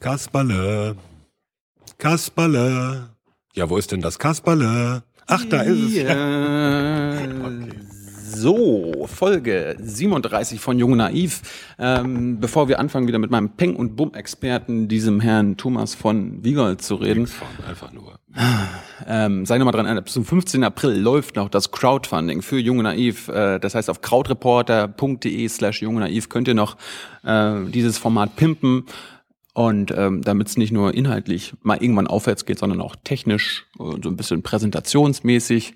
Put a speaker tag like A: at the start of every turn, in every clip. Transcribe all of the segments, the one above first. A: Kasperle. Kasperle. Ja, wo ist denn das Kasperle? Ach, da ist es.
B: So, Folge 37 von Jung und Naiv. Ähm, bevor wir anfangen, wieder mit meinem Peng- und Bum-Experten, diesem Herrn Thomas von Wiegold zu reden.
A: Einfach nur.
B: Ähm, sei nochmal dran, erinnert, bis zum 15. April läuft noch das Crowdfunding für Junge Naiv. Äh, das heißt, auf crowdreporter.de slash Junge Naiv könnt ihr noch äh, dieses Format pimpen. Und ähm, damit es nicht nur inhaltlich mal irgendwann aufwärts geht, sondern auch technisch und so ein bisschen präsentationsmäßig.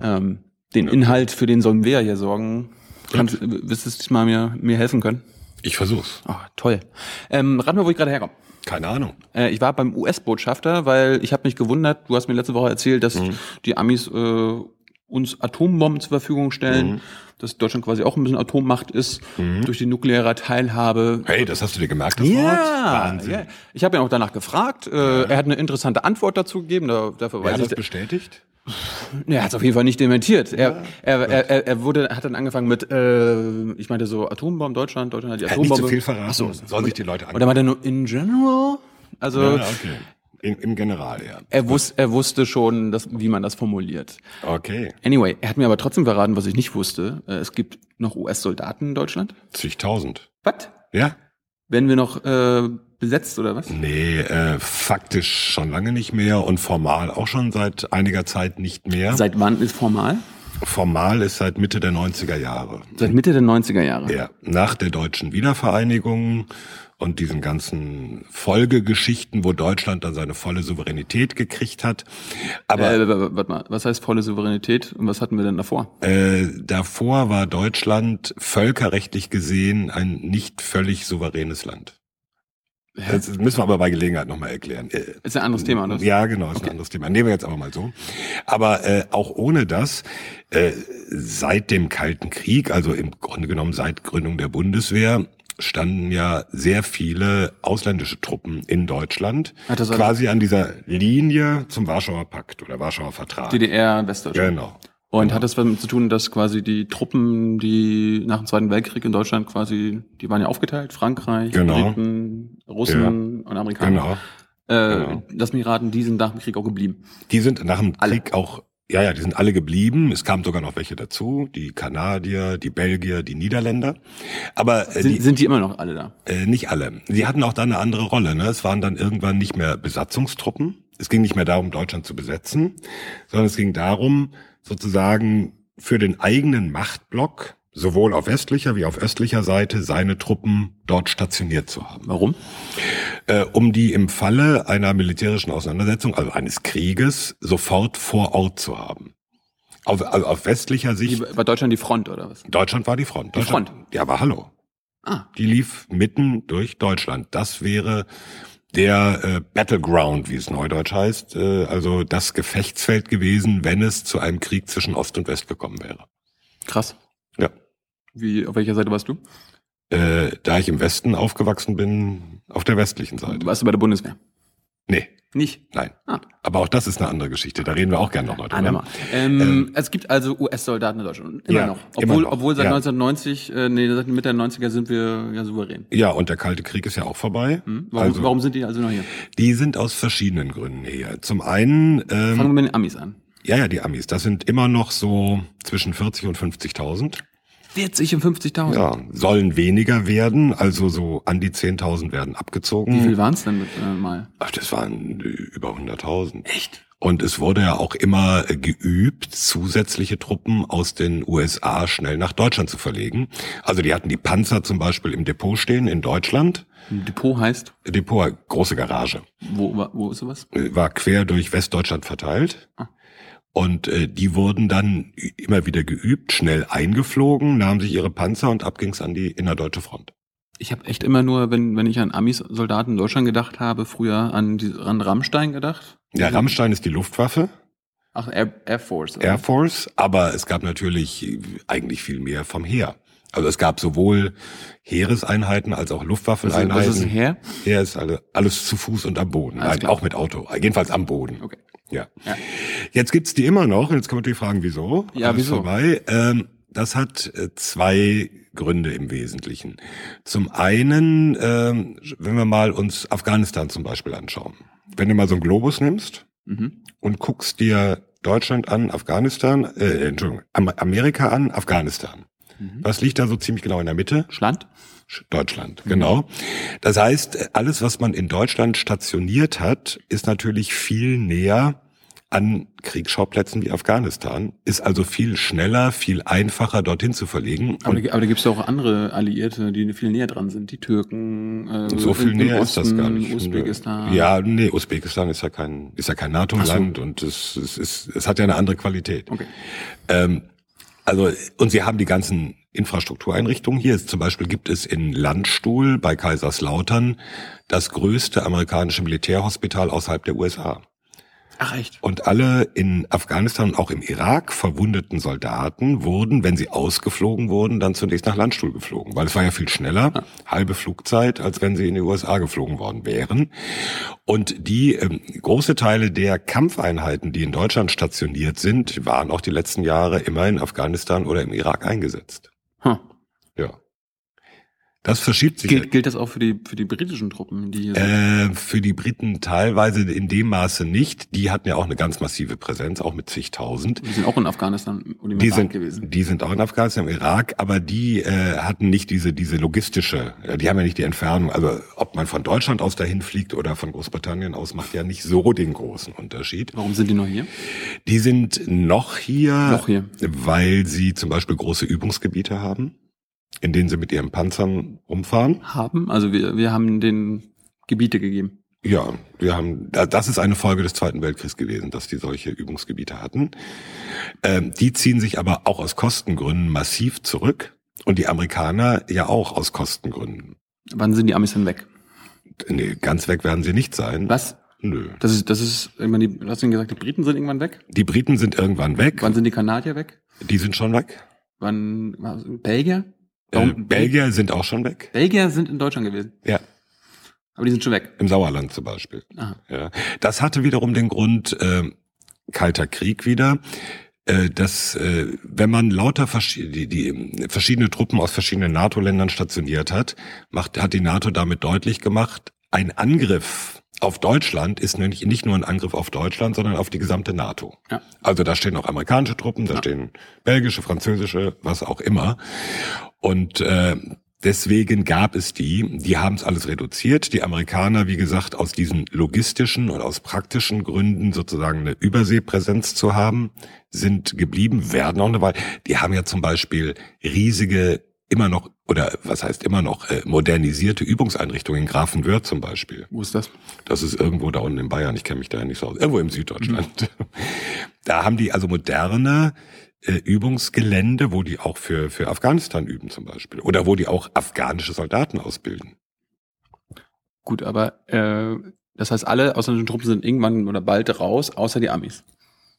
B: Ähm, den Inhalt, für den sollen wir ja hier sorgen. Kannst, wüsstest du mal mir, mir helfen können?
A: Ich versuch's.
B: Ah, toll. Ähm, rat mal, wo ich gerade herkomme.
A: Keine Ahnung.
B: Äh, ich war beim US-Botschafter, weil ich habe mich gewundert, du hast mir letzte Woche erzählt, dass
A: Mhm.
B: die Amis äh, uns Atombomben zur Verfügung stellen,
A: Mhm.
B: dass Deutschland quasi auch ein bisschen Atommacht ist durch die nukleare Teilhabe.
A: Hey, das hast du dir gemerkt, das Wort? Wahnsinn.
B: ja. ich habe ihn auch danach gefragt. Äh, Er hat eine interessante Antwort dazu gegeben. Da, dafür
A: Wer
B: weiß
A: hat
B: ich,
A: das bestätigt?
B: er hat es auf jeden Fall nicht dementiert. Er, er, er, er, er wurde, hat dann angefangen mit, äh, ich meinte so Atombomben Deutschland, Deutschland hat die
A: Er hat nicht
B: Atombombe.
A: zu viel verraten. Sollen sich die Leute
B: Und dann meinte er nur in general. Also
A: Ja, okay. Im, Im General, ja.
B: er, wus er wusste schon, dass, wie man das formuliert.
A: Okay.
B: Anyway, er hat mir aber trotzdem verraten, was ich nicht wusste. Äh, Es gibt noch US-Soldaten in Deutschland.
A: Zigtausend.
B: Was?
A: Ja?
B: Werden wir noch äh, besetzt oder was?
A: Nee, äh, faktisch schon lange nicht mehr und formal auch schon seit einiger Zeit nicht mehr.
B: Seit wann ist formal?
A: formal ist seit Mitte der 90er Jahre.
B: Seit Mitte der 90er Jahre.
A: Ja, nach der deutschen Wiedervereinigung und diesen ganzen Folgegeschichten, wo Deutschland dann seine volle Souveränität gekriegt hat. Aber
B: Äh, w- w- warte mal, was heißt volle Souveränität und was hatten wir denn davor?
A: Äh, davor war Deutschland völkerrechtlich gesehen ein nicht völlig souveränes Land. Das müssen wir aber bei Gelegenheit nochmal erklären. Äh,
B: Ist ein anderes Thema, das?
A: Ja, genau, ist ein anderes Thema. Nehmen wir jetzt aber mal so. Aber äh, auch ohne das, äh, seit dem Kalten Krieg, also im Grunde genommen seit Gründung der Bundeswehr, standen ja sehr viele ausländische Truppen in Deutschland,
B: Hat das also-
A: quasi an dieser Linie zum Warschauer Pakt oder Warschauer Vertrag.
B: DDR, Westdeutschland.
A: Genau.
B: Und hat das damit zu tun, dass quasi die Truppen, die nach dem Zweiten Weltkrieg in Deutschland quasi, die waren ja aufgeteilt, Frankreich,
A: Genau.
B: Briten, Russen und Amerikaner.
A: Genau.
B: Äh,
A: Genau.
B: Lass mich raten, die sind nach dem Krieg auch geblieben.
A: Die sind nach dem
B: Alle.
A: Krieg auch, ja, ja, die sind alle geblieben. Es kamen sogar noch welche dazu. Die Kanadier, die Belgier, die Niederländer. Aber äh,
B: Sind
A: die,
B: sind die immer noch alle da?
A: äh, nicht alle. Sie hatten auch da eine andere Rolle. Ne? Es waren dann irgendwann nicht mehr Besatzungstruppen. Es ging nicht mehr darum, Deutschland zu besetzen, sondern es ging darum, sozusagen für den eigenen Machtblock, sowohl auf westlicher wie auf östlicher Seite, seine Truppen dort stationiert zu haben
B: Warum?
A: äh, um die im Falle einer militärischen Auseinandersetzung, also eines Krieges, sofort vor Ort zu haben. Auf, also auf westlicher
B: Die,
A: Sicht,
B: war Deutschland die Front oder was?
A: Deutschland war die Front.
B: Die
A: Deutschland,
B: Front.
A: Ja, aber hallo.
B: Ah.
A: Die lief mitten durch Deutschland. Das wäre der äh, Battleground, wie es neudeutsch heißt, äh, also das Gefechtsfeld gewesen, wenn es zu einem Krieg zwischen Ost und West gekommen wäre.
B: Krass.
A: Ja.
B: Wie, auf welcher Seite warst du?
A: Äh, da ich im Westen aufgewachsen bin, auf der westlichen Seite.
B: Warst du bei der Bundeswehr?
A: Nee,
B: Nicht.
A: nein.
B: Ah.
A: Aber auch das ist eine andere Geschichte. Da reden wir auch gerne nochmal drüber.
B: Andermal. Ähm, es gibt also US-Soldaten in Deutschland. Immer
A: Ja,
B: noch. Obwohl,
A: immer noch.
B: obwohl seit
A: Ja.
B: 1990, äh, nee, seit Mitte der 90er sind wir ja souverän.
A: Ja, und der Kalte Krieg ist ja auch vorbei.
B: Hm? Warum,
A: also,
B: warum sind die also noch hier?
A: Die sind aus verschiedenen Gründen hier. Zum einen, ähm,
B: Fangen wir mit den Amis an.
A: ja, ja, die Amis, das sind immer noch so zwischen 40 und 50.000.
B: 40 und 50.000.
A: Ja, sollen weniger werden, also so an die 10.000 werden
B: Wie viel
A: abgezogen.
B: waren es denn mit, äh, mal?
A: Ach, das waren äh, über 100.000. Echt? Und es wurde ja auch immer äh, geübt, zusätzliche Truppen aus den USA schnell nach Deutschland zu verlegen. Also die hatten die Panzer zum Beispiel im Depot stehen in Deutschland.
B: Ein Depot heißt,
A: Depot, große Garage. Äh,
B: wo, wa- wo ist sowas?
A: war quer durch Westdeutschland verteilt.
B: Ah.
A: Und äh, die wurden dann ü- immer wieder geübt, schnell eingeflogen, nahmen sich ihre Panzer und ab ging's an die innerdeutsche Front.
B: Ich habe echt immer nur, wenn, wenn ich an Amis-Soldaten in Deutschland gedacht habe, früher an, die, an Rammstein gedacht.
A: Ja, Rammstein ist die Luftwaffe,
B: Ach, Air, Air Force.
A: Air Force, aber es gab natürlich äh, eigentlich viel mehr vom Heer. Also es gab sowohl Heereseinheiten als auch
B: was, ist-
A: Luftwaffeneinheiten.
B: was Also, ist ein Heer?
A: Heer ist alle, alles zu Fuß und am Boden,
B: Alles
A: Nein,
B: klar.
A: auch mit Auto, jedenfalls am Boden.
B: Okay.
A: Ja.
B: Ja.
A: Jetzt gibt's die immer noch. Jetzt kann man natürlich fragen, wieso?
B: Ja, wieso?
A: Vorbei. Ähm, Das hat äh, zwei Gründe im Wesentlichen. Zum einen, ähm, wenn wir mal uns Afghanistan zum Beispiel anschauen. Wenn du mal so einen Globus nimmst
B: Mhm.
A: und guckst dir Deutschland an, Afghanistan, äh, Entschuldigung, Am- Amerika an, Afghanistan.
B: Mhm.
A: Was liegt da so ziemlich genau in der Mitte?
B: Schland?
A: Sch- Deutschland, genau. Das heißt, alles, was man in Deutschland stationiert hat, ist natürlich viel näher an Kriegsschauplätzen wie Afghanistan, ist also viel schneller, viel einfacher dorthin zu verlegen.
B: Aber, da- aber da gibt es auch andere Alliierte, die viel näher dran sind. Die Türken. Äh,
A: Und so viel
B: im- im
A: näher ist das
B: Osten,
A: gar nicht.
B: Usbekistan.
A: Ja, nee, Usbekistan ist ja kein, ist ja kein NATO-Land
B: Ach
A: und es, es, ist, es hat ja eine andere Qualität.
B: Okay.
A: Ähm, also, und sie haben die ganzen Infrastruktureinrichtungen hier. Zum Beispiel gibt es in Landstuhl bei Kaiserslautern das größte amerikanische Militärhospital außerhalb der USA.
B: Ach echt?
A: Und alle in Afghanistan und auch im Irak verwundeten Soldaten wurden, wenn sie ausgeflogen wurden, dann zunächst nach Landstuhl geflogen, weil es war ja viel schneller, halbe Flugzeit, als wenn sie in die USA geflogen worden wären. Und die ähm, große Teile der Kampfeinheiten, die in Deutschland stationiert sind, waren auch die letzten Jahre immer in Afghanistan oder im Irak eingesetzt.
B: Hm.
A: Ja. Das verschiebt sich
B: Gilt, gilt das auch für die, für die britischen Truppen, die hier sind?
A: äh, für die Briten teilweise in dem Maße nicht. Die hatten ja auch eine ganz massive Präsenz, auch mit zigtausend.
B: Die sind auch in Afghanistan und im
A: Die
B: Irak
A: sind,
B: gewesen.
A: die sind auch in Afghanistan, im Irak, aber die äh, hatten nicht diese, diese logistische, äh, die haben ja nicht die Entfernung. Also ob man von Deutschland aus dahin fliegt oder von Großbritannien aus, macht ja nicht so den großen Unterschied.
B: Warum sind die noch hier?
A: Die sind noch hier,
B: Noch hier.
A: weil sie zum Beispiel große Übungsgebiete haben, in denen sie mit ihren Panzern rumfahren.
B: Haben? Also wir, wir haben den Gebiete gegeben.
A: Ja, wir haben, da- das ist eine Folge des Zweiten Weltkriegs gewesen, dass die solche Übungsgebiete hatten. Ähm, die ziehen sich aber auch aus Kostengründen massiv zurück und die Amerikaner ja auch aus Kostengründen.
B: Wann sind die Amis dann weg?
A: Nee, ganz weg werden sie nicht sein.
B: Was?
A: Nö.
B: Das ist, das ist, ich meine, die, du hast du gesagt, die Briten sind irgendwann weg?
A: Die Briten sind irgendwann weg.
B: Wann sind die Kanadier weg?
A: Die sind schon weg.
B: Wann, was- Belgier?
A: Äh,
B: Warum-
A: Belgier sind auch schon weg.
B: Belgier sind in Deutschland gewesen.
A: Ja,
B: Aber die sind schon weg.
A: im Sauerland zum Beispiel.
B: Aha.
A: Ja. Das hatte wiederum den Grund, äh, Kalter Krieg wieder, äh, dass äh, wenn man lauter verschi- die, die ähm, verschiedene Truppen aus verschiedenen NATO-Ländern stationiert hat, macht, hat die NATO damit deutlich gemacht, ein Angriff auf Deutschland ist nämlich nicht nur ein Angriff auf Deutschland, sondern auf die gesamte NATO.
B: Ja.
A: Also da stehen auch amerikanische Truppen, da stehen belgische, französische, was auch immer. Und äh, deswegen gab es die, die haben es alles reduziert. Die Amerikaner, wie gesagt, aus diesen logistischen und aus praktischen Gründen sozusagen eine Überseepräsenz zu haben, sind geblieben, werden auch eine Weile. Die haben ja zum Beispiel riesige immer noch oder was heißt immer noch äh, modernisierte Übungseinrichtungen in Grafenwörth zum Beispiel.
B: Wo ist das?
A: Das ist irgendwo da unten in Bayern, ich kenne mich da ja nicht so aus. Irgendwo im Süddeutschland. Da haben die also moderne äh, Übungsgelände, wo die auch für, für Afghanistan üben zum Beispiel. Oder wo die auch afghanische Soldaten ausbilden.
B: Gut, aber, äh, das heißt, alle ausländischen Truppen sind irgendwann oder bald raus, außer die Amis.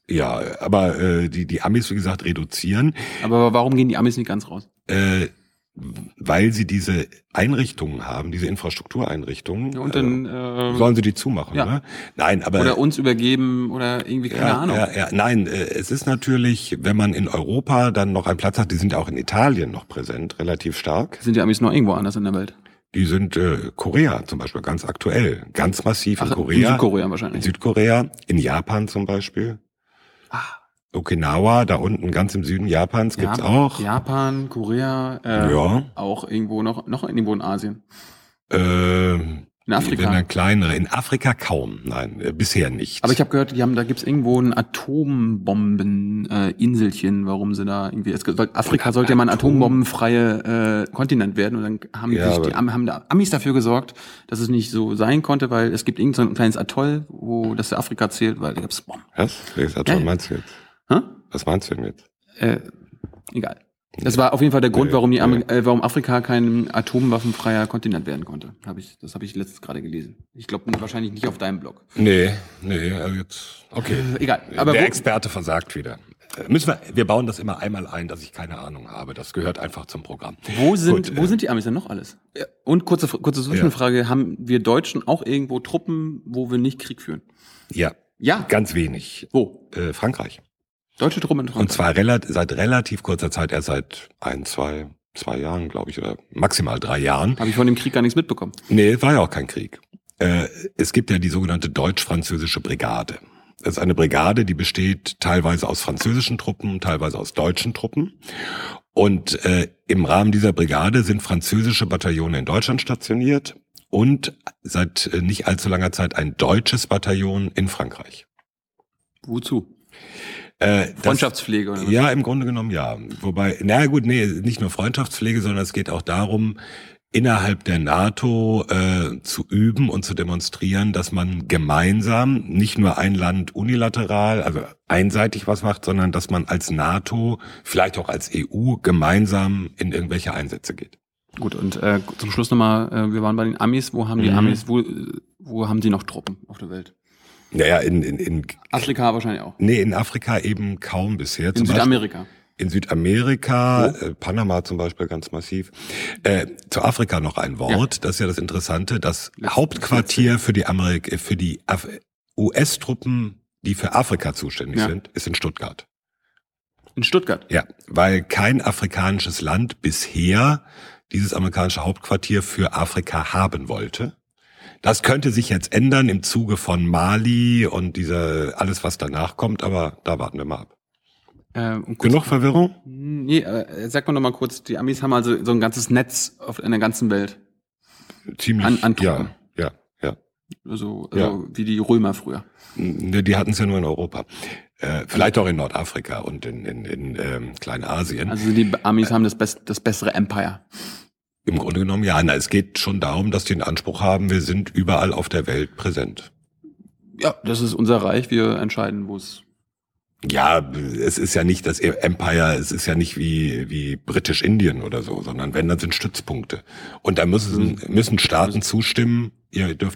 A: Ja, aber äh, die, die Amis, wie gesagt, reduzieren,
B: Aber warum gehen die Amis nicht ganz raus?
A: äh, weil sie diese Einrichtungen haben, diese Infrastruktureinrichtungen.
B: Und
A: äh,
B: dann, äh,
A: sollen sie die zumachen,
B: Ja.
A: ne? Nein, aber.
B: oder uns übergeben oder irgendwie, keine
A: ja,
B: Ahnung.
A: Ja, ja. Nein, äh, es ist natürlich, wenn man in Europa dann noch einen Platz hat, die sind ja auch in Italien noch präsent, relativ stark.
B: Sind die Amis noch irgendwo anders in der Welt?
A: Die sind äh, Korea zum Beispiel ganz aktuell, ganz massiv in
B: Also, in
A: Korea,
B: Südkorea
A: in
B: wahrscheinlich.
A: Südkorea, in Japan zum Beispiel.
B: Ah,
A: Okinawa, da unten ganz im Süden Japans gibt's
B: Ja-
A: auch.
B: Japan, Korea, äh,
A: Ja.
B: auch irgendwo noch, noch irgendwo in Asien.
A: Ähm,
B: In Afrika.
A: Wenn dann kleinere. In Afrika kaum, nein, äh, bisher nicht.
B: Aber ich habe gehört, die haben, da gibt's irgendwo ein Atombomben-Inselchen, äh, Inselchen, warum sie da irgendwie. Es, soll- Afrika sollte ja mal ein
A: Atom-
B: atombombenfreie äh, Kontinent werden und dann haben,
A: Ja,
B: sich die,
A: aber-
B: Am- haben da Amis dafür gesorgt, dass es nicht so sein konnte, weil es gibt irgendein so ein kleines Atoll, wo das zu Afrika zählt, weil da gibt's Bomben.
A: Was? Welches
B: Ja,
A: Atom
B: ja.
A: meinst du jetzt?
B: Hä?
A: Was meinst du denn jetzt?
B: Äh, egal. Das war auf jeden Fall der Grund, warum, die Am
A: Nee.
B: äh, warum Afrika kein atomwaffenfreier Kontinent werden konnte. Hab ich, das habe ich letztens gerade gelesen. Ich glaube wahrscheinlich nicht auf deinem Blog.
A: Nee, nee, also jetzt. Okay.
B: Äh, Egal. Aber
A: der
B: wo,
A: Experte versagt wieder. Äh, Müssen wir, wir bauen das immer einmal ein, dass ich keine Ahnung habe. Das gehört einfach zum Programm.
B: wo, sind,
A: Gut,
B: wo
A: äh,
B: sind die Amis denn noch alles? Ja. Und kurze, kurze Zwischenfrage, haben wir Deutschen auch irgendwo Truppen, wo wir nicht Krieg führen?
A: Ja,
B: Ja.
A: ganz wenig.
B: Wo?
A: Äh, Frankreich.
B: Deutsche Truppe in
A: Und
B: Frankreich.
A: zwar relat seit relativ kurzer Zeit, erst seit ein, zwei, zwei Jahren, glaube ich, oder maximal drei Jahren.
B: Habe ich von dem Krieg gar nichts mitbekommen.
A: Nee, war ja auch kein Krieg. Äh, es gibt ja die sogenannte deutsch-französische Brigade. Das ist eine Brigade, die besteht teilweise aus französischen Truppen, teilweise aus deutschen Truppen. Und äh, im Rahmen dieser Brigade sind französische Bataillone in Deutschland stationiert und seit äh, nicht allzu langer Zeit ein deutsches Bataillon in Frankreich.
B: Wozu?
A: Äh, das-
B: Freundschaftspflege oder was?
A: Ja, im Grunde genommen ja. Wobei, na gut, nee, nicht nur Freundschaftspflege, sondern es geht auch darum, innerhalb der NATO äh, zu üben und zu demonstrieren, dass man gemeinsam nicht nur ein Land unilateral, also einseitig was macht, sondern dass man als NATO, vielleicht auch als EU, gemeinsam in irgendwelche Einsätze geht.
B: Gut, und äh, zum Schluss nochmal, äh, wir waren bei den Amis. Wo haben die
A: Mhm.
B: Amis, wo, äh, wo haben die noch Truppen auf der Welt?
A: Naja, in, in, in,
B: Afrika wahrscheinlich auch.
A: nee, in Afrika eben kaum bisher.
B: In
A: Zum Beispiel-
B: Südamerika.
A: In Südamerika, äh, Panama zum Beispiel ganz massiv. Äh, zu Afrika noch ein Wort. Das ist ja das Interessante. Das
B: Letzte-
A: Hauptquartier für die Amerik äh, für die Af- US-Truppen, die für Afrika zuständig
B: Ja.
A: sind, ist in Stuttgart.
B: In Stuttgart.
A: Ja, weil kein afrikanisches Land bisher dieses amerikanische Hauptquartier für Afrika haben wollte. Das könnte sich jetzt ändern im Zuge von Mali und dieser alles, was danach kommt. Aber da warten wir mal ab.
B: Äh, und kurz-
A: Genug Verwirrung?
B: Nee, äh, sag mal nochmal kurz, die Amis haben also so ein ganzes Netz auf, in der ganzen Welt.
A: Ziemlich.
B: An- an Truppen.
A: ja, ja, ja.
B: Also, also
A: Ja.
B: wie die Römer früher.
A: Ne, Die hatten es ja nur in Europa. Äh, vielleicht auch in Nordafrika und in, in, in ähm, Kleinasien.
B: Also die Amis haben das, best, das bessere Empire.
A: Im Grunde genommen ja. Na, es geht schon darum, dass die den Anspruch haben, wir sind überall auf der Welt präsent.
B: Ja, das ist unser Reich. Wir entscheiden, wo es.
A: Ja, es ist ja nicht das Empire, es ist ja nicht wie, wie Britisch-Indien oder so, sondern wenn, dann sind Stützpunkte. Und da müssen, müssen Staaten zustimmen, ihr dürft